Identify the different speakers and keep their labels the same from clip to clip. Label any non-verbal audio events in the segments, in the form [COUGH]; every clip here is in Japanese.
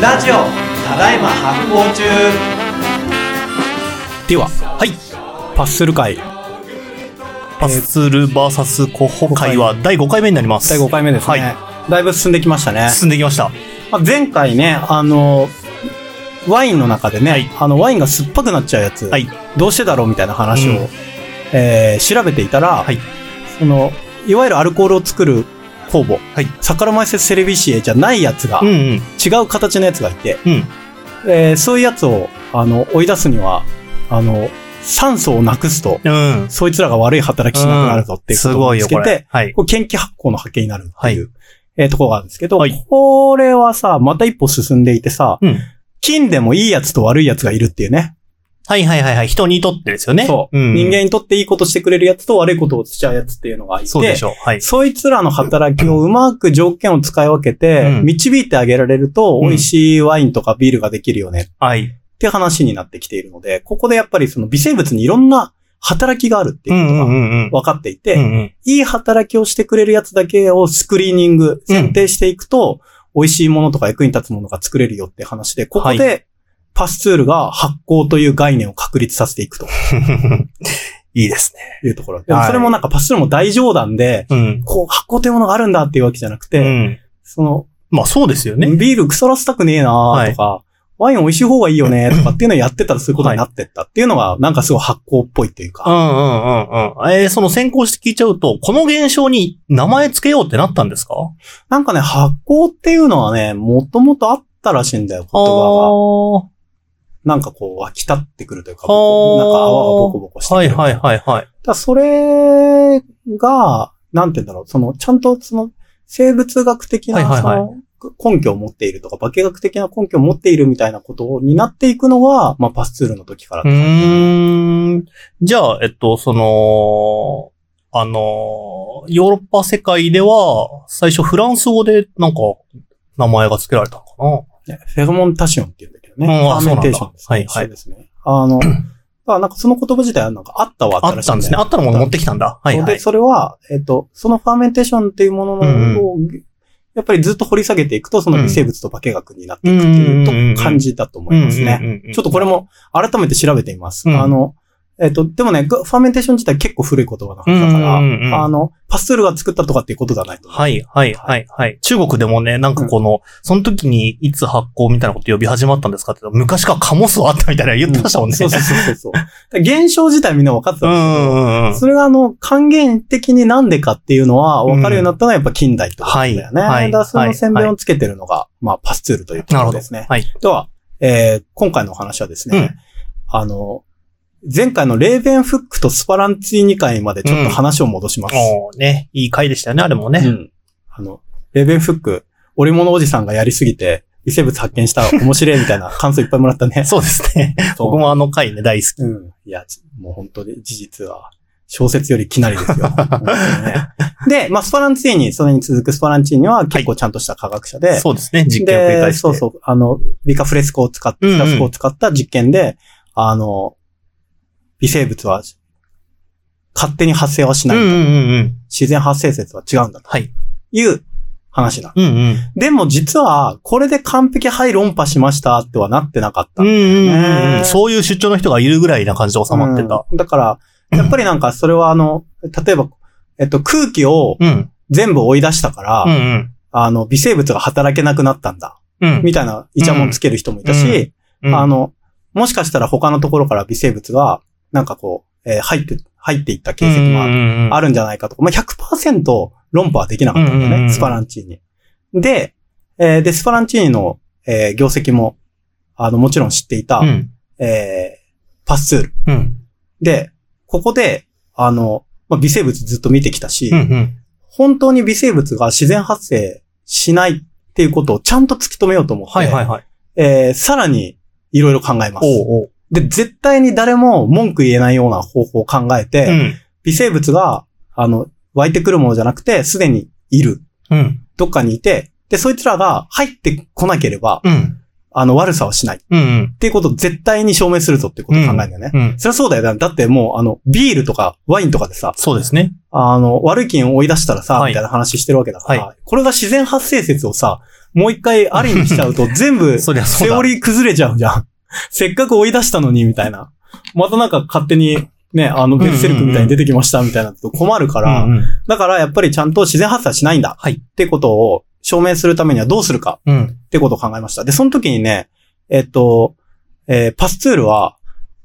Speaker 1: ラジオただいま発行中
Speaker 2: では
Speaker 3: はい。パッスル会。パッスル VS コホ会は第5回目になります。
Speaker 2: 第5回目ですね、
Speaker 3: は
Speaker 2: だいぶ進んできましたね
Speaker 3: い。、進んできました。
Speaker 2: まあ、前回ねあのワインの中でね、
Speaker 3: はい
Speaker 2: あのワインが酸っぱくなっちゃうやつ、
Speaker 3: はい。
Speaker 2: どうしてだろうみたいな話を、
Speaker 3: うん
Speaker 2: えー調べていたら、
Speaker 3: はい
Speaker 2: そのいわゆるアルコールを作る酵母
Speaker 3: はい。
Speaker 2: サカラマイセスセレビシエじゃないやつが、
Speaker 3: うん
Speaker 2: 違
Speaker 3: うん。
Speaker 2: う形のやつがいて、
Speaker 3: うん。
Speaker 2: えーそういうやつをあの追い出すにはあの酸素をなくすと
Speaker 3: うん。
Speaker 2: そいつらが悪い働きしなくなるぞっていうことを見つけ
Speaker 3: うんすごいよこれ
Speaker 2: て、
Speaker 3: はい
Speaker 2: これ研究発行の派遣になるっていう、
Speaker 3: は
Speaker 2: えーところがあるんですけど、
Speaker 3: はい
Speaker 2: これはさ、また一歩進んでいてさ、
Speaker 3: うん。
Speaker 2: 金でもいいやつと悪いやつがいるっていうね。
Speaker 3: はいはいはいはい。人にとってですよね。
Speaker 2: そう、
Speaker 3: ん、
Speaker 2: 人間にとっていいことしてくれるやつと悪いことをしちゃうやつっていうのがいて、
Speaker 3: そうでしょう。はい。
Speaker 2: そいつらの働きをうまく条件を使い分けて
Speaker 3: う、ん
Speaker 2: 導いてあげられると、
Speaker 3: うん
Speaker 2: 美味しいワインとかビールができるよね
Speaker 3: はい。
Speaker 2: っていう話になってきているので、ここでやっぱりその微生物にいろんな働きがあるって
Speaker 3: う
Speaker 2: いうん
Speaker 3: う
Speaker 2: こと
Speaker 3: ん
Speaker 2: が
Speaker 3: うんうん。
Speaker 2: 分かっていて、
Speaker 3: うんうん。
Speaker 2: いい働きをしてくれるやつだけをスクリーニング、
Speaker 3: うん
Speaker 2: 選定していくと、美味しいものとか役に立つものが作れるよって話で、ここ
Speaker 3: は
Speaker 2: で、パスツールが発酵という概念を確立させていくと
Speaker 3: いいですね。
Speaker 2: [LAUGHS] いうところ。
Speaker 3: はい
Speaker 2: それもなんかパスツールも大冗談で、
Speaker 3: うん。
Speaker 2: こう発酵というものがあるんだっていうわけじゃなくて、
Speaker 3: うん。
Speaker 2: その、
Speaker 3: まあそうですよね。
Speaker 2: ビール腐らせたくねえなーとか、ワイン美味しい方がいいよねー
Speaker 3: [LAUGHS]
Speaker 2: とかっていうのをやってたらそういうことになってったっていうのが、なんかすごい発酵っぽいっていう
Speaker 3: う
Speaker 2: か。
Speaker 3: んうんうんうん。えー、その先行して聞いちゃうと、この現象に名前つけようってなったんですか
Speaker 2: なんかね、発酵っていうのはね、もともとあったらしいんだよ、言葉が。
Speaker 3: は
Speaker 2: なんかこう、湧き立ってくるというか、
Speaker 3: は
Speaker 2: ボコ
Speaker 3: ー
Speaker 2: なんか泡がボコボコしてく
Speaker 3: は
Speaker 2: る。
Speaker 3: いはいはいは
Speaker 2: だ
Speaker 3: い。
Speaker 2: からそれが、なんて言うんだろう、その、ちゃんとその、生物学的
Speaker 3: はい
Speaker 2: な、
Speaker 3: はい
Speaker 2: そ
Speaker 3: はい
Speaker 2: の、根拠を持っているとか、化学的な根拠を持っているみたいなことになっていくのが、まあ、パスツールの時から。
Speaker 3: うーん。じゃあ、えっと、その、あの、ヨーロッパ世界では、最初フランス語でなんか、名前が付けられたのかな
Speaker 2: ねフェロモンタシオンって言うんだけどね。
Speaker 3: うんあ
Speaker 2: ファーメンテーションですね。
Speaker 3: そうなんだはいは
Speaker 2: そ
Speaker 3: い
Speaker 2: うですね。あの、まあなんかその言葉自体はなんかあったはあ
Speaker 3: あ
Speaker 2: った
Speaker 3: っ
Speaker 2: らしい
Speaker 3: たんですね。あったのもの持ってきたんだ。はいは
Speaker 2: で、
Speaker 3: い。
Speaker 2: それは、えっ、と、そのファーメンテーションっていうものの、
Speaker 3: うんうん
Speaker 2: をやっぱりずっと掘り下げていくと、その微生物と化学になっていくって
Speaker 3: うんうんうんう
Speaker 2: い
Speaker 3: ん
Speaker 2: うと感じだと思います
Speaker 3: うん
Speaker 2: ね。
Speaker 3: うんうんうん
Speaker 2: ちょっとこれ、も改めて調べてみます。
Speaker 3: うん
Speaker 2: あの、えっ、と、でもね、ファーメンテーション自体結構古い言葉のはずだから、
Speaker 3: うんうんうん
Speaker 2: あの、パスツールが作ったとかっていうことではないと思う。
Speaker 3: はいはいはいはい。中国でもね、なんかこの、その時にいつ発行みたいなこと呼び始まったんですかって、昔からカモスはあったみたいな言ってましたもんね。
Speaker 2: そうそうそうそうそう。だから現象自体みんな分かってた
Speaker 3: うんん
Speaker 2: で
Speaker 3: う
Speaker 2: すけど、
Speaker 3: んうん。
Speaker 2: それがあの、還元的になんでかっていうのは分かるようになったのはやっぱ近代ってことだよね。
Speaker 3: うんはいはい
Speaker 2: だからその線弁をつけてるのが、まあパスツールというこ
Speaker 3: な
Speaker 2: と
Speaker 3: るほど
Speaker 2: ですね。
Speaker 3: はい。
Speaker 2: では、えー今回のお話はですね、
Speaker 3: うん
Speaker 2: あの、前回のレーベンフックとスパランツィーニ会までちょっと話を戻します。
Speaker 3: もうね、いい回でしたよね、あれも
Speaker 2: う
Speaker 3: ね。
Speaker 2: んあの、レーベンフック、折物おじさんがやりすぎて、微生物発見した、面白いみたいな感想いっぱいもらったね。
Speaker 3: [LAUGHS] そうですね。僕もあの回ね、大好き。
Speaker 2: うん。いや、ちもう本当に事実は、小説よりきなりです
Speaker 3: [LAUGHS]
Speaker 2: よ。本当にねで、まあ、スパランチーニ、それに続くスパランチーニは結構ちゃんとした科学者で、
Speaker 3: そうですね、実験を繰り
Speaker 2: で、
Speaker 3: 返して。
Speaker 2: そうそう、あの、ビカフレスコを使って、
Speaker 3: うんうん
Speaker 2: フラスコを使った実験で、あの、微生物は勝手に発生はし
Speaker 3: う
Speaker 2: ない、
Speaker 3: んうんうんうん。
Speaker 2: 自然発生説は違うんだと
Speaker 3: はい。
Speaker 2: いう話だ。
Speaker 3: うんうん。
Speaker 2: でも実は、これで完璧はい論破しましたってはなってなかった
Speaker 3: うん。うんうんう
Speaker 2: ね
Speaker 3: ん。そういう出張の人がいるぐらいな感じで収まってた。
Speaker 2: うんだから、やっぱりなんかそれはあの、例えば、えっと、空気を
Speaker 3: うん。
Speaker 2: 全部追い出したから、
Speaker 3: うんうん。
Speaker 2: あの、微生物が働けなくなったんだ。
Speaker 3: うん。
Speaker 2: みたいなイチャモンつける人もいたし、
Speaker 3: うん
Speaker 2: あ、の、もしかしたら他のところから微生物が、なんかこう、えー入って、入っていった形跡もある
Speaker 3: も
Speaker 2: あるんじゃないかとか、まあ、100%論破はできなかったんだよね、
Speaker 3: うんうんうん
Speaker 2: スパランチーニ。で、えーで、スパランチーニの、えー業績も、あの、もちろん知っていた、
Speaker 3: うん。
Speaker 2: えーパスツール。
Speaker 3: うん。
Speaker 2: で、ここで、あの、まあ、微生物ずっと見てきたし、
Speaker 3: うんうん。
Speaker 2: 本当に微生物が自然発生しないっていうことをちゃんと突き止めようと思って、
Speaker 3: はいはいはい。
Speaker 2: えーさらにいろいろ考えます。
Speaker 3: おうおう。
Speaker 2: で、絶対に誰も文句言えないような方法を考えて、
Speaker 3: うん。
Speaker 2: 微生物が、あの、湧いてくるものじゃなくて、すでにいる。
Speaker 3: うん。
Speaker 2: どっかにいて、で、そいつらが入ってこなければ、
Speaker 3: うん。
Speaker 2: あの、悪さをしない。っ
Speaker 3: うんうん。
Speaker 2: ていうことを絶対に証明するぞってことを考えるんだよね。
Speaker 3: うん。
Speaker 2: そりゃそうだよ。だだってもう、あの、ビールとかワインとかでさ、
Speaker 3: そうですね。
Speaker 2: あの、悪い菌を追い出したらさ、
Speaker 3: はい
Speaker 2: みたいな話してるわけだから、
Speaker 3: は
Speaker 2: これが自然発生説をさ、もう一回ありにしちゃうと全部、
Speaker 3: [LAUGHS] そりゃそ
Speaker 2: セ
Speaker 3: うだ。
Speaker 2: オリー崩れちゃうじゃん。 [LAUGHS] せっかく追い出したのに、みたいな。またなんか勝手に、ね、あの、ベルセルクみたいに出てきました、みたいなと困るから、
Speaker 3: うんうん。
Speaker 2: だからやっぱりちゃんと自然発生はしないんだ。
Speaker 3: はい
Speaker 2: ってことを証明するためにはどうするか
Speaker 3: うん。
Speaker 2: ってことを考えました。で、その時にね、えっと、えーパスツールは、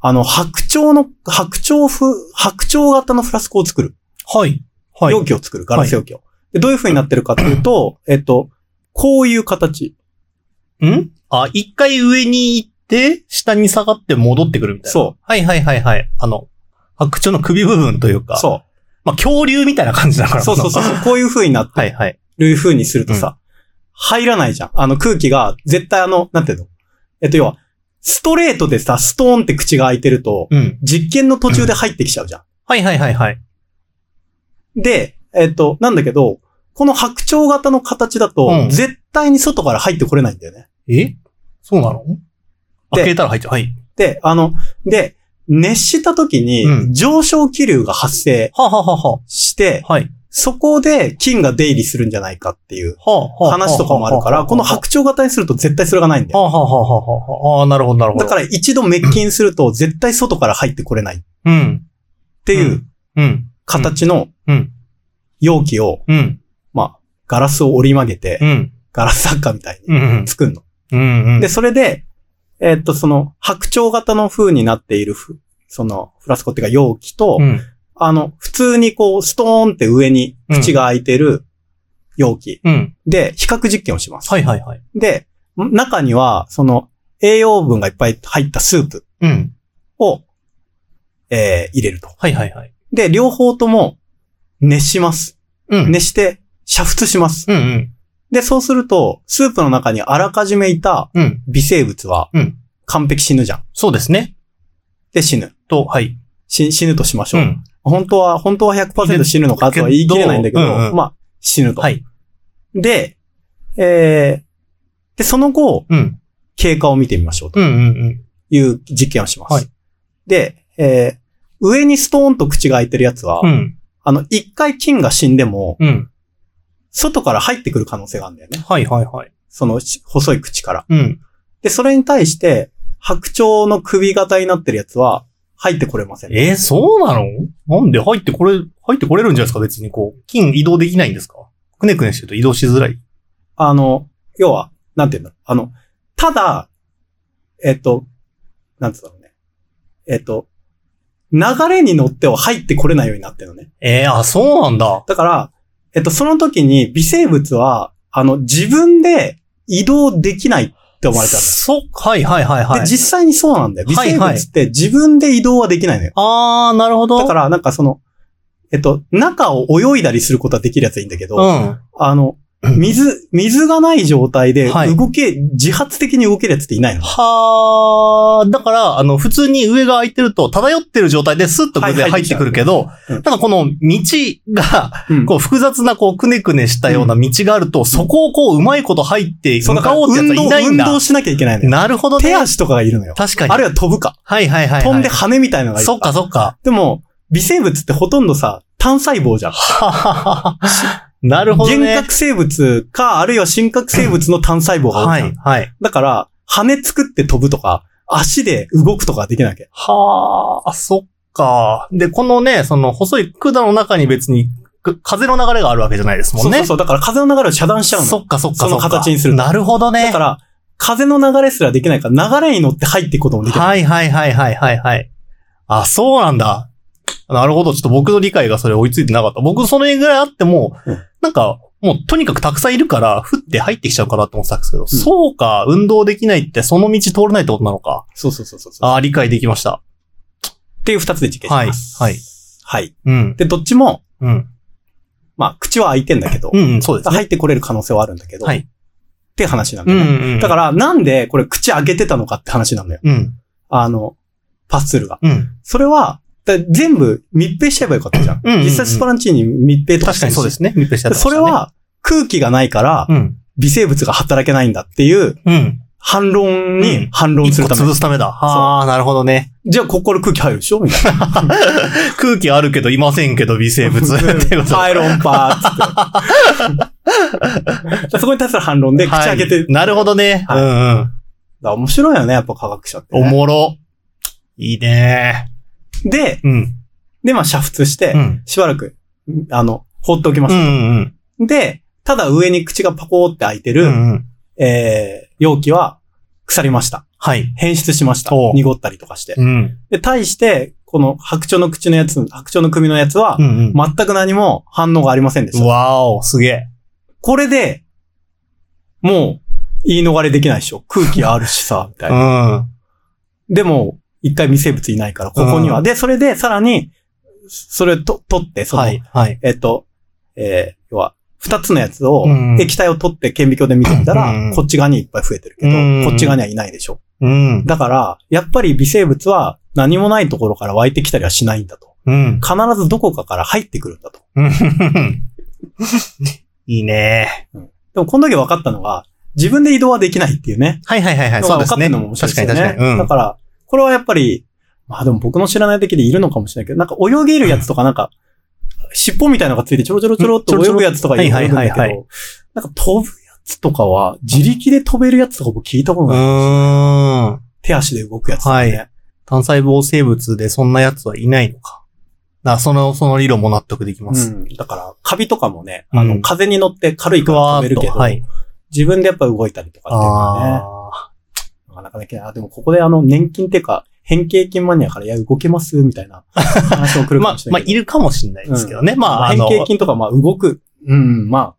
Speaker 2: あの、白鳥の、白鳥風、白鳥型のフラスコを作る。
Speaker 3: はい。はい。
Speaker 2: 容器を作る。ガラス容器を。で、どういう風になってるかっていうと、えっと、こういう形。
Speaker 3: んあ、一回上に行って、下に下がって戻ってくるみたいな。。
Speaker 2: そう
Speaker 3: はいはいはいはい。あの、白鳥の首部分というか。う。
Speaker 2: そ
Speaker 3: まあ、恐竜みたいな感じだか
Speaker 2: う。
Speaker 3: ら。。
Speaker 2: そうそうそううそう。こういう風になって
Speaker 3: はいはい。
Speaker 2: る風にするとさ、入らないじゃん。あの空気が、絶対あの、なんていうのえっと、要は、ストレートでさ、ストーンって口が開いてると、
Speaker 3: うん。
Speaker 2: 実験の途中で入ってきちゃうじゃん。
Speaker 3: はいはいはいはい。
Speaker 2: で、えっと、なんだけど、この白鳥型の形だと、
Speaker 3: うん
Speaker 2: 絶対に外から入ってこれないんだよね。
Speaker 3: えそうなのあ、
Speaker 2: で
Speaker 3: 消えたら入っちゃう。はい。
Speaker 2: で、あの、で、熱した時
Speaker 3: う
Speaker 2: に
Speaker 3: ん
Speaker 2: 上昇気流が発生
Speaker 3: はあ、はあはあは
Speaker 2: して、
Speaker 3: あ、はい。
Speaker 2: そこで菌が出入りするんじゃないかっていう
Speaker 3: はあ、はあはあ。
Speaker 2: 話とかもあるから、この白鳥型にすると絶対それがないんだ
Speaker 3: は
Speaker 2: よ。
Speaker 3: あ、はあはあはあはあ。ああ、なるほどなるほど。
Speaker 2: だから一度滅菌すると絶対外から入ってこれないっ
Speaker 3: ら、うん。って
Speaker 2: いう。
Speaker 3: うん。
Speaker 2: 形の
Speaker 3: うん。
Speaker 2: 容器を、
Speaker 3: うん。
Speaker 2: まあ、ガラスを折り曲げて
Speaker 3: う、ん。
Speaker 2: ガラス作家みたい
Speaker 3: うん。う
Speaker 2: に
Speaker 3: ん。
Speaker 2: 作るの。
Speaker 3: うん。うん
Speaker 2: で、、それで、えーっと、その、白鳥型の風になっているふ、その、フラスコっていうか容器と、
Speaker 3: うん。
Speaker 2: あの、普通にこう、ストーンって上に口が開いてる容器
Speaker 3: うん。
Speaker 2: で、比較実験をします。
Speaker 3: はいはいはい。
Speaker 2: で、ん中には、その、栄養分がいっぱい入ったスープ
Speaker 3: うん。
Speaker 2: を、えー入れると。
Speaker 3: はいはいはい。
Speaker 2: で、両方とも、熱します。
Speaker 3: うん。
Speaker 2: 熱して、煮沸します。
Speaker 3: うんうん。
Speaker 2: で、そうすると、スープの中にあらかじめいた
Speaker 3: うん。
Speaker 2: 微生物は
Speaker 3: うん、
Speaker 2: 完璧死ぬじゃん。
Speaker 3: そうですね。
Speaker 2: で、死ぬ。
Speaker 3: と、はい。
Speaker 2: し死ぬとしましょ
Speaker 3: う
Speaker 2: う。
Speaker 3: ん。
Speaker 2: 本当は、本当は100%死ぬのかとは言い切れないんだけど、
Speaker 3: けどうんうん
Speaker 2: まあ、死ぬと。
Speaker 3: はい。
Speaker 2: で、えー、で、その後、
Speaker 3: うん。
Speaker 2: 経過を見てみましょうと
Speaker 3: うんうん
Speaker 2: いう実験をします。
Speaker 3: はい
Speaker 2: で、えー、上にストーンと口が開いてるやつは、
Speaker 3: うん。うん。
Speaker 2: あの、一回菌が死んでも、
Speaker 3: うん。
Speaker 2: 外から入ってくる可能性があるんだよね。
Speaker 3: はいはいはい。
Speaker 2: そのし細い口から。
Speaker 3: うん。
Speaker 2: で、それに対して、白鳥の首型になってるやつは、入ってこれません。
Speaker 3: えー、そうなのなんで入ってこれ、入ってこれるんじゃないですか別にこう、金移動できないんですかくねくねしてると移動しづらい。
Speaker 2: あの、要は、なんていうんだろう。あの、ただ、えっと、なんつうんだろうね。えっと、流れに乗っては入ってこれないようになってるのね。
Speaker 3: えー、あ、そうなんだ。
Speaker 2: だから、えっと、その時に微生物は、あの、自分で移動できないって思われたんだ
Speaker 3: そっか、はいはいはいは
Speaker 2: で、
Speaker 3: い。
Speaker 2: 実際にそうなんだよ。微生
Speaker 3: はい
Speaker 2: 物
Speaker 3: はい
Speaker 2: って自分で移動はできないのよ。
Speaker 3: あー、なるほど。
Speaker 2: だから、なんかその、えっと、中を泳いだりすることはできるやつはいいんだけど、
Speaker 3: うん。
Speaker 2: あの、
Speaker 3: うん
Speaker 2: 水、水がない状態で
Speaker 3: はい
Speaker 2: 動け、自発的に動けるやつっていないの。
Speaker 3: はー、だから、あの、普通に上が空いてると、漂ってる状態でスッと偶然
Speaker 2: はい
Speaker 3: 入ってくるけど、
Speaker 2: うん
Speaker 3: ただこの道が、
Speaker 2: うん
Speaker 3: こう複雑なこう、くねくねしたような道があると、そこをこう、うまいこと入って、
Speaker 2: そうだ
Speaker 3: 向
Speaker 2: か
Speaker 3: からおうってやつ
Speaker 2: 運
Speaker 3: はい
Speaker 2: 動、
Speaker 3: ないん
Speaker 2: 運
Speaker 3: だ。
Speaker 2: 動しなきゃいけないのよ。
Speaker 3: なるほどね。
Speaker 2: 手足とかがいるのよ。
Speaker 3: 確かに。
Speaker 2: あるいは飛ぶか。
Speaker 3: はいはいはいはい。
Speaker 2: 飛んで羽みたいなのがいる。
Speaker 3: そっかそっ
Speaker 2: [LAUGHS]
Speaker 3: か。
Speaker 2: でも、微生物ってほとんどさ、単細胞じゃん。
Speaker 3: ははははなるほど
Speaker 2: 幻
Speaker 3: ね。
Speaker 2: 覚生物か、あるいは真核生物の単細胞が多
Speaker 3: はい
Speaker 2: じゃん。
Speaker 3: い、はい。
Speaker 2: だから、羽作って飛ぶとか、足で動くとかはできなきゃ。
Speaker 3: はあ、そっか。で、このね、その細い管の中に別にく風の流れがあるわけじゃないですも
Speaker 2: そ
Speaker 3: ん
Speaker 2: うそ
Speaker 3: ね。
Speaker 2: うそう。だから風の流れを遮断しちゃうの。
Speaker 3: そっかそっか
Speaker 2: その
Speaker 3: っか
Speaker 2: 形にする
Speaker 3: なるほどね。
Speaker 2: だから、風の流れすらできないから、流れに乗って入っていくこともできない。
Speaker 3: はいはいはいはいはいはい。あ、そうなんだ。なるほど。ちょっと僕の理解がそれ追いついてなかった。僕それぐらいあっても、
Speaker 2: うん
Speaker 3: なんか、もうとにかくたくさんいるから、降って入ってきちゃうかなと思ってたんですけど、そうか、運動できないってその道通れないってことなのか。
Speaker 2: そうそうそうそうそう。
Speaker 3: あー理解できました。
Speaker 2: っていう二つで実験します。
Speaker 3: はいはい。
Speaker 2: はい。
Speaker 3: うん。
Speaker 2: で、どっちも、
Speaker 3: うん。
Speaker 2: まあ、口は開いてんだけど、
Speaker 3: うん、うん、そうですね。
Speaker 2: 入ってこれる可能性はあるんだけど、
Speaker 3: はい
Speaker 2: って話なん
Speaker 3: う
Speaker 2: だ
Speaker 3: ん
Speaker 2: よね。
Speaker 3: うんうん。
Speaker 2: だから、なんでこれ口開けてたのかって話なんだよ。
Speaker 3: ら、うん。
Speaker 2: あの、パスツールが。
Speaker 3: うん。
Speaker 2: それは、だ全部密閉しちゃえばよかったじゃん。
Speaker 3: うんうんうん
Speaker 2: 実際スパランチーニ密閉とか
Speaker 3: 確
Speaker 2: して
Speaker 3: か
Speaker 2: る
Speaker 3: に
Speaker 2: し
Speaker 3: そうですね。密閉してやって
Speaker 2: そ
Speaker 3: まし
Speaker 2: れ
Speaker 3: たね、
Speaker 2: は空気がないから
Speaker 3: うん。
Speaker 2: 微生物が働けないんだっていう
Speaker 3: うん。
Speaker 2: 反論
Speaker 3: う
Speaker 2: に
Speaker 3: ん
Speaker 2: 反論す
Speaker 3: 一
Speaker 2: る
Speaker 3: 個
Speaker 2: ため。
Speaker 3: 潰すためだ。ああ、なるほどね。
Speaker 2: じゃあ、ここから空気入るでしょみたいな。
Speaker 3: 空気あるけど、いませんけど、微生物。っていうこと
Speaker 2: アイロンパーっつっ
Speaker 3: [LAUGHS]
Speaker 2: て。そこに対する反論で口開けて、
Speaker 3: はいなるほどね。
Speaker 2: はい
Speaker 3: うんうん。
Speaker 2: だから面白いよね、やっぱ科学者って、
Speaker 3: お
Speaker 2: ね。
Speaker 3: もろ。いいね。
Speaker 2: で、
Speaker 3: うん。
Speaker 2: で、まあ、煮沸して
Speaker 3: う、ん。
Speaker 2: しばらく、あの、放っておきま
Speaker 3: う
Speaker 2: す。
Speaker 3: んうん。
Speaker 2: で、ただ上に口がパコーって開いて
Speaker 3: う
Speaker 2: る、
Speaker 3: んうん。
Speaker 2: えー、容器は腐りました。
Speaker 3: はい。
Speaker 2: 変質しました
Speaker 3: お。う
Speaker 2: 濁ったりとかして。
Speaker 3: うん。
Speaker 2: で、対して、この白鳥の口のやつ、白鳥の首のやつは
Speaker 3: う、んうん。
Speaker 2: 全く何も反応がありませんでした。
Speaker 3: わーお、すげえ。
Speaker 2: これで、もう、言い逃れできないでしょ。空気あるし
Speaker 3: [LAUGHS]
Speaker 2: さ、みたいうな。
Speaker 3: ん。
Speaker 2: でも、一回微生物いないから、ここには。
Speaker 3: うん
Speaker 2: で、それで、さらに、それをと、取って、その、
Speaker 3: はい、はい。
Speaker 2: えっと、えー要は、二つのやつを
Speaker 3: うん、
Speaker 2: 液体を取って顕微鏡で見てみたら、
Speaker 3: うん
Speaker 2: こっち側にいっぱい増えてるけど、
Speaker 3: うん
Speaker 2: こっち側にはいないでしょ。
Speaker 3: うん。
Speaker 2: だから、やっぱり微生物は何もないところから湧いてきたりはしないんだと。
Speaker 3: うん。
Speaker 2: 必ずどこかから入ってくるんだと。
Speaker 3: うん
Speaker 2: [LAUGHS]
Speaker 3: いいね。
Speaker 2: でも、この時分かったのが、自分で移動はできないっていうね。
Speaker 3: はいはいはいはい。
Speaker 2: の
Speaker 3: そ
Speaker 2: が
Speaker 3: うで
Speaker 2: 分か
Speaker 3: す
Speaker 2: って
Speaker 3: ね。
Speaker 2: るのも面白いで
Speaker 3: 確
Speaker 2: す
Speaker 3: か
Speaker 2: よ
Speaker 3: に
Speaker 2: ね。
Speaker 3: 確かに。うん
Speaker 2: だから、これはやっぱり、まあでも僕の知らない時でいるのかもしれないけど、なんか泳げるやつとかなんか、尻尾みたいなのがついてちょろちょろちょろっと泳ぐやつとかいるんだけど、
Speaker 3: はいはいはいはい
Speaker 2: なんか飛ぶやつとかは、自力で飛べるやつとか僕聞いたこと
Speaker 3: う
Speaker 2: ない。
Speaker 3: ーん。
Speaker 2: 手足で動くやつとかね。
Speaker 3: は単細胞生物でそんな奴はいないのか。な、その、その理論も納得できま
Speaker 2: う
Speaker 3: す。
Speaker 2: ん。だから、カビとかもね、あ
Speaker 3: う
Speaker 2: の、
Speaker 3: ん
Speaker 2: 風に乗って軽いから飛べるけど、
Speaker 3: はい。
Speaker 2: 自分でやっぱ動いたりとかっていうのはね、
Speaker 3: ああ。
Speaker 2: なかなかできない。あ、でもここであの、年金っていうか、変形筋マニアから、いや、動けますみたい
Speaker 3: [LAUGHS]
Speaker 2: な話も来るかも
Speaker 3: まあ
Speaker 2: し、れ
Speaker 3: ま
Speaker 2: な
Speaker 3: あ、
Speaker 2: いけど。
Speaker 3: いるかもしれないですけどね。まあ、あ
Speaker 2: 変
Speaker 3: の、
Speaker 2: 形菌とか、まあ、動く。うん、まあ、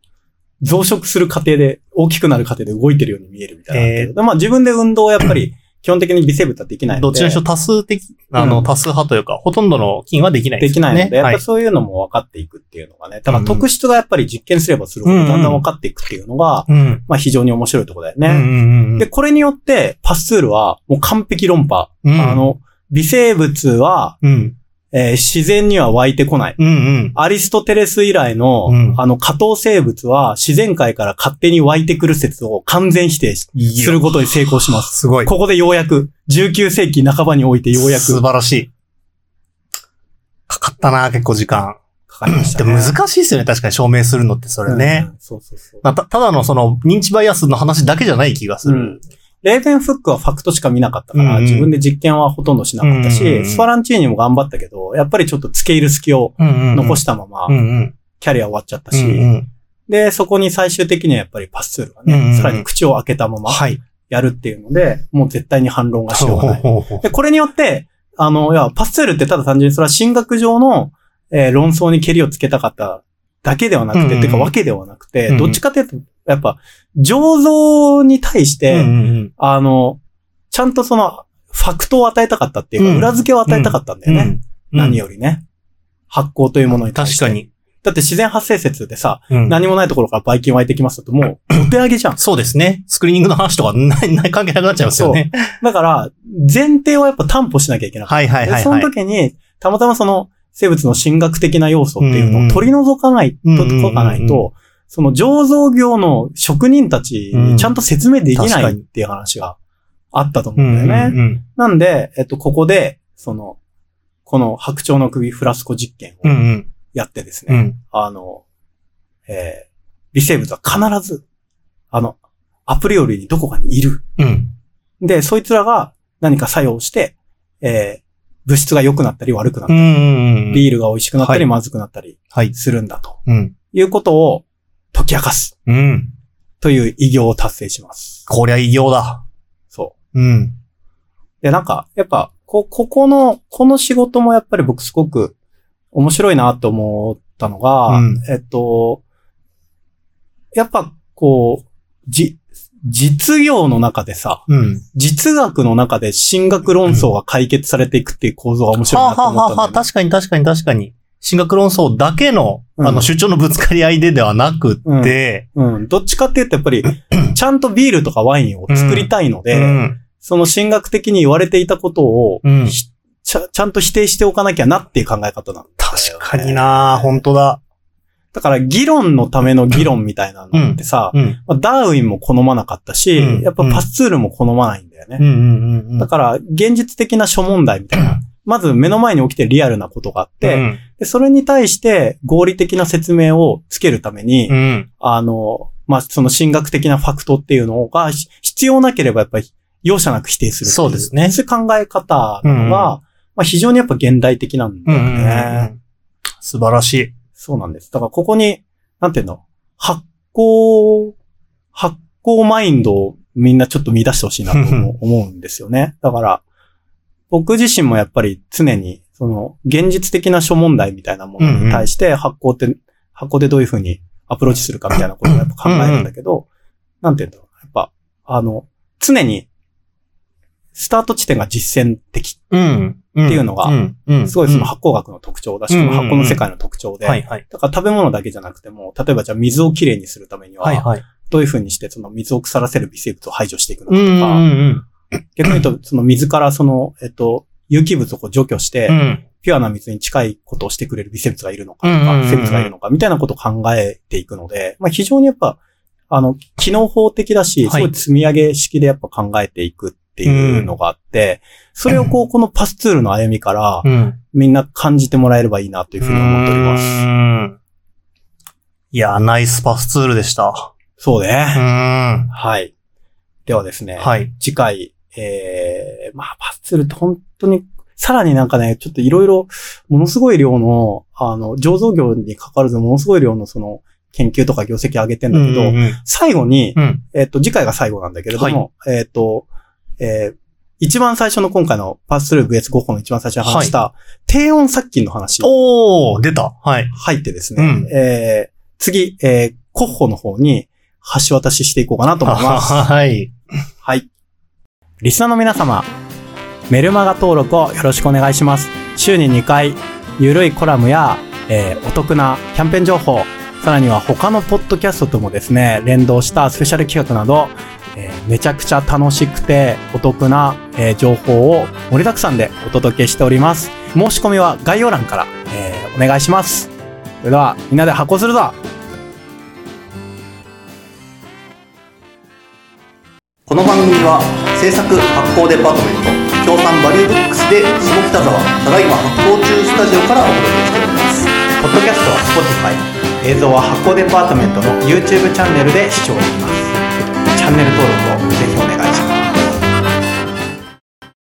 Speaker 2: 増殖する過程で、大きくなる過程で動いてるように見えるみたいなのあるけど。まあ、自分で運動はやっぱ
Speaker 3: [COUGHS]
Speaker 2: り、基本的に微生物はできないので。
Speaker 3: どっちにしろ多数的、あ
Speaker 2: う
Speaker 3: の、
Speaker 2: ん
Speaker 3: 多数派というか、ほとんどの菌はできない
Speaker 2: できないので、やっぱ
Speaker 3: はい
Speaker 2: り。そういうのも分かっていくっていうのがね。だか
Speaker 3: うん
Speaker 2: ら特質がやっぱり実験すればするほ
Speaker 3: うん
Speaker 2: ど
Speaker 3: うん
Speaker 2: だんだん分かっていくっていうのが、
Speaker 3: うん。
Speaker 2: まあ非常に面白いところだよ
Speaker 3: うんう
Speaker 2: ね。
Speaker 3: んうん。
Speaker 2: で、これによって、パスツールはもう完璧論破。
Speaker 3: うん、
Speaker 2: あの、微生物は、
Speaker 3: うん、
Speaker 2: えー自然には湧いてこない。
Speaker 3: うんうん。
Speaker 2: アリストテレス以来の、
Speaker 3: うん
Speaker 2: あの、下等生物は自然界から勝手に湧いてくる説を完全否定し
Speaker 3: いや
Speaker 2: することに成功します。
Speaker 3: すごい。
Speaker 2: ここでようやく、19世紀半ばにおいてようや
Speaker 3: 素
Speaker 2: く
Speaker 3: 晴らしい。かかったな、結構時間。
Speaker 2: かかりました
Speaker 3: で
Speaker 2: ね。
Speaker 3: も難しいですよね、確かに証明するのって、それね。
Speaker 2: うん。そうそうそう。
Speaker 3: まあた、ただのその、認知バイアスの話だけじゃない気がす
Speaker 2: う
Speaker 3: る
Speaker 2: ん。。レーベンフックはファクトしか見なかったから、
Speaker 3: うんうん
Speaker 2: 自分で実験はほとんどしなかったし、
Speaker 3: うんうんうん
Speaker 2: スパランチーニも頑張ったけど、やっぱりちょっと付け入る隙を
Speaker 3: うん、うんうん。
Speaker 2: 残
Speaker 3: し
Speaker 2: したまま
Speaker 3: う、んうん。
Speaker 2: キャリア終わっちゃった
Speaker 3: う
Speaker 2: し、
Speaker 3: んうん。
Speaker 2: で、そこに最終的にはやっぱりパスツールが
Speaker 3: うんうんうん
Speaker 2: ね、さらに口を開けたまま
Speaker 3: はい。
Speaker 2: やるっていうので、もう絶対に反論がしようがない。
Speaker 3: ほうほうほ
Speaker 2: で、これによって、あの、いや、パスツールってただ単純にそれは進学上の、えー論争にケりをつけたかっただけではなくて、
Speaker 3: うんうん
Speaker 2: てかわけではなくて、
Speaker 3: うんうん
Speaker 2: どっちかっていうと、やっぱ、醸造に対し
Speaker 3: うう
Speaker 2: て、
Speaker 3: んうん
Speaker 2: あの、ちゃんとその、ファクトを与えたかったっていうか、
Speaker 3: うん
Speaker 2: 裏付けを与えたかったんだ
Speaker 3: う
Speaker 2: よ
Speaker 3: ん。
Speaker 2: ね。
Speaker 3: うん
Speaker 2: 何よりね。発酵というものに対
Speaker 3: 確
Speaker 2: して。
Speaker 3: か。に。
Speaker 2: だって自然発生説でさ、
Speaker 3: うん
Speaker 2: 何もないところからバイキン湧いてきますと、もう、お手上げじゃん。
Speaker 3: そうですね。スクリーニングの話とか、な、な、関係なくなっちゃい [LAUGHS] ますよね。
Speaker 2: だから、前提をやっぱ担保しなきゃいけなかっ
Speaker 3: はいはい
Speaker 2: た。
Speaker 3: はい、は
Speaker 2: で、
Speaker 3: い。
Speaker 2: その時に、たまたまその、生物の神学的な要素っていうのを取り除かない、
Speaker 3: うんうん
Speaker 2: 取り除かな
Speaker 3: うん
Speaker 2: い
Speaker 3: うんうん
Speaker 2: と、その醸造業の職人たちにちゃんと説明でき
Speaker 3: うん
Speaker 2: な
Speaker 3: 確か
Speaker 2: いっ
Speaker 3: に
Speaker 2: ていう話があったと思
Speaker 3: う
Speaker 2: うん
Speaker 3: ん
Speaker 2: だ
Speaker 3: う
Speaker 2: よね。
Speaker 3: んうん。
Speaker 2: なんで、えっと、ここで、その、この白鳥の首フラスコ実験
Speaker 3: うんう
Speaker 2: を
Speaker 3: ん。
Speaker 2: やってです
Speaker 3: う
Speaker 2: ね、
Speaker 3: ん。
Speaker 2: あの、えー微生物は必ず、あの、アプリオリにどこかにいる。
Speaker 3: うん。
Speaker 2: で、そいつらが何か作用して、えー物質が良くなったり悪くなっ
Speaker 3: う
Speaker 2: たり、
Speaker 3: ん。
Speaker 2: ビールが美味しくなった
Speaker 3: は
Speaker 2: り
Speaker 3: い
Speaker 2: まずくなったり
Speaker 3: はい。
Speaker 2: するんだと
Speaker 3: うん。
Speaker 2: いうことを解き明かす
Speaker 3: うん。
Speaker 2: という偉業を達成します。
Speaker 3: こりゃ異業だ。
Speaker 2: そう。
Speaker 3: うん。
Speaker 2: で、なんか、やっぱ、こ、ここの、この仕事もやっぱり僕すごく面白いなと思ったのが、
Speaker 3: うん
Speaker 2: えっと、やっぱ、こう、じ、実業の中でさ、
Speaker 3: うん。
Speaker 2: 実学の中で進学論争が解決されていくっていう構造が面白い
Speaker 3: は
Speaker 2: なと
Speaker 3: あ、は
Speaker 2: 思
Speaker 3: あ
Speaker 2: ったんだ
Speaker 3: は
Speaker 2: よ
Speaker 3: あ、
Speaker 2: ね
Speaker 3: 確かに確かに確かに。進学論争だけの、
Speaker 2: うん
Speaker 3: あの、主張のぶつかり合いでではなくって、
Speaker 2: うん。どっちかっていうとやっぱ
Speaker 3: [CLEARS THROAT]
Speaker 2: り、ちゃんとビールとかワインを作りたいの
Speaker 3: う
Speaker 2: で、
Speaker 3: ん。
Speaker 2: その進学的に言われていたことを、
Speaker 3: うん
Speaker 2: ひちゃ、ちゃんと否定しておかなきゃなっていう考え方なんだよね
Speaker 3: 確かにな本当だ。
Speaker 2: だから議論のための議論みたいなのってさ、
Speaker 3: うん。
Speaker 2: まあ、ダーウィンも好まなかったし、
Speaker 3: うん
Speaker 2: やっぱパスツールも好まないんだよね。
Speaker 3: うんうんうんうん。
Speaker 2: だから、現実的な諸問題みたいな。まず目の前に起きてるリアルなことがあって、
Speaker 3: うん
Speaker 2: でそれに対して合理的な説明をつけるために、
Speaker 3: うん。
Speaker 2: あの、まあ、その神学的なファクトっていうのがし必要なければやっぱり容赦なく否定するってい
Speaker 3: そうですね
Speaker 2: そういう考え方が、
Speaker 3: うんうん
Speaker 2: まあ、非常にやっぱ現代的なんだ
Speaker 3: うんう
Speaker 2: よね。
Speaker 3: んうん。素晴らしい。
Speaker 2: そうなんです。だからここに、なんていうの、発行、発行マインドをみんなちょっと見出してほしいなと思う思うんですよね。 [LAUGHS] だから、僕自身もやっぱり常に、その、現実的な諸問題みたいなものに対して発行って、発行でどういうふうにアプローチするかみたいなことをやっぱ考えるんだけど、なんていうんだろう。やっぱ、あの、常に、スタート地点が実践的。
Speaker 3: うん。って
Speaker 2: いうのが
Speaker 3: うん。うん
Speaker 2: すごいその発行学の特徴だし、
Speaker 3: うん
Speaker 2: この発行の世界の特徴で、
Speaker 3: はいはい。
Speaker 2: だから食べ物だけじゃなくても、例えばじゃあ水をきれいにするために
Speaker 3: はい
Speaker 2: は、
Speaker 3: はい。
Speaker 2: どういうふうにしてその水を腐らせる微生物を排除していくのか
Speaker 3: うんう
Speaker 2: と
Speaker 3: ん
Speaker 2: か、
Speaker 3: うん
Speaker 2: 逆に言うとその水からその、えっと、有機物をこう除去して、
Speaker 3: うん。
Speaker 2: ピュアな水に近いことをしてくれる微生物がいるのかと
Speaker 3: うんうん
Speaker 2: か、
Speaker 3: うんうん
Speaker 2: 生物がいるのか、みたいなことを考えていくので、まあ非常にやっぱ、あの、機能法的だし、
Speaker 3: は
Speaker 2: す
Speaker 3: い
Speaker 2: ごい積み上げ式でやっぱ考えていくっていうのがあって、それをこう、このパスツールの歩みから
Speaker 3: う、ん。
Speaker 2: みんな感じてもらえればいいなというふうに思っておりま
Speaker 3: う
Speaker 2: す。
Speaker 3: ーんいや、ナイスパスツールでした。
Speaker 2: そう
Speaker 3: うー
Speaker 2: ね。
Speaker 3: ん。
Speaker 2: はい。ではですね。
Speaker 3: はい。
Speaker 2: 次回、えー、まあ、パズルって本当に、さらになんかね、ちょっといろいろ、ものすごい量の、あの、醸造業に関わらず、ものすごい量のその、研究とか業績上げてんだけど、
Speaker 3: うんうん
Speaker 2: 最後に、
Speaker 3: うん。
Speaker 2: えっ、と、次回が最後なんだけれども、えっ、と、えー一番最初の今回のパススルー VS5 個の一番最初に話した、低温殺菌の話
Speaker 3: おー、出た。はい。
Speaker 2: 入ってですね、
Speaker 3: うん
Speaker 2: えー次、えー、コッホの方に橋渡ししていこうかなと思い
Speaker 3: [LAUGHS]
Speaker 2: ます。
Speaker 3: はい。
Speaker 2: はい。リスナーの皆様、メルマガ登録をよろしくお願いします。週に2回、ゆるいコラムや、えーお得なキャンペーン情報、さらには他のポッドキャストともですね、連動したスペシャル企画など、えーめちゃくちゃ楽しくてお得な、えー情報を盛りだくさんでお届けしております。申し込みは概要欄から、えーお願いします。それでは、みんなで発行するぞ
Speaker 4: この番組は制作発行デパートメント協賛バリューブックスで下北沢ただいま発行中スタジオからお届けしております
Speaker 1: ポッドキャストは Spotify 映像は発行デパートメントの YouTube チャンネルで視聴できますチャンネル登録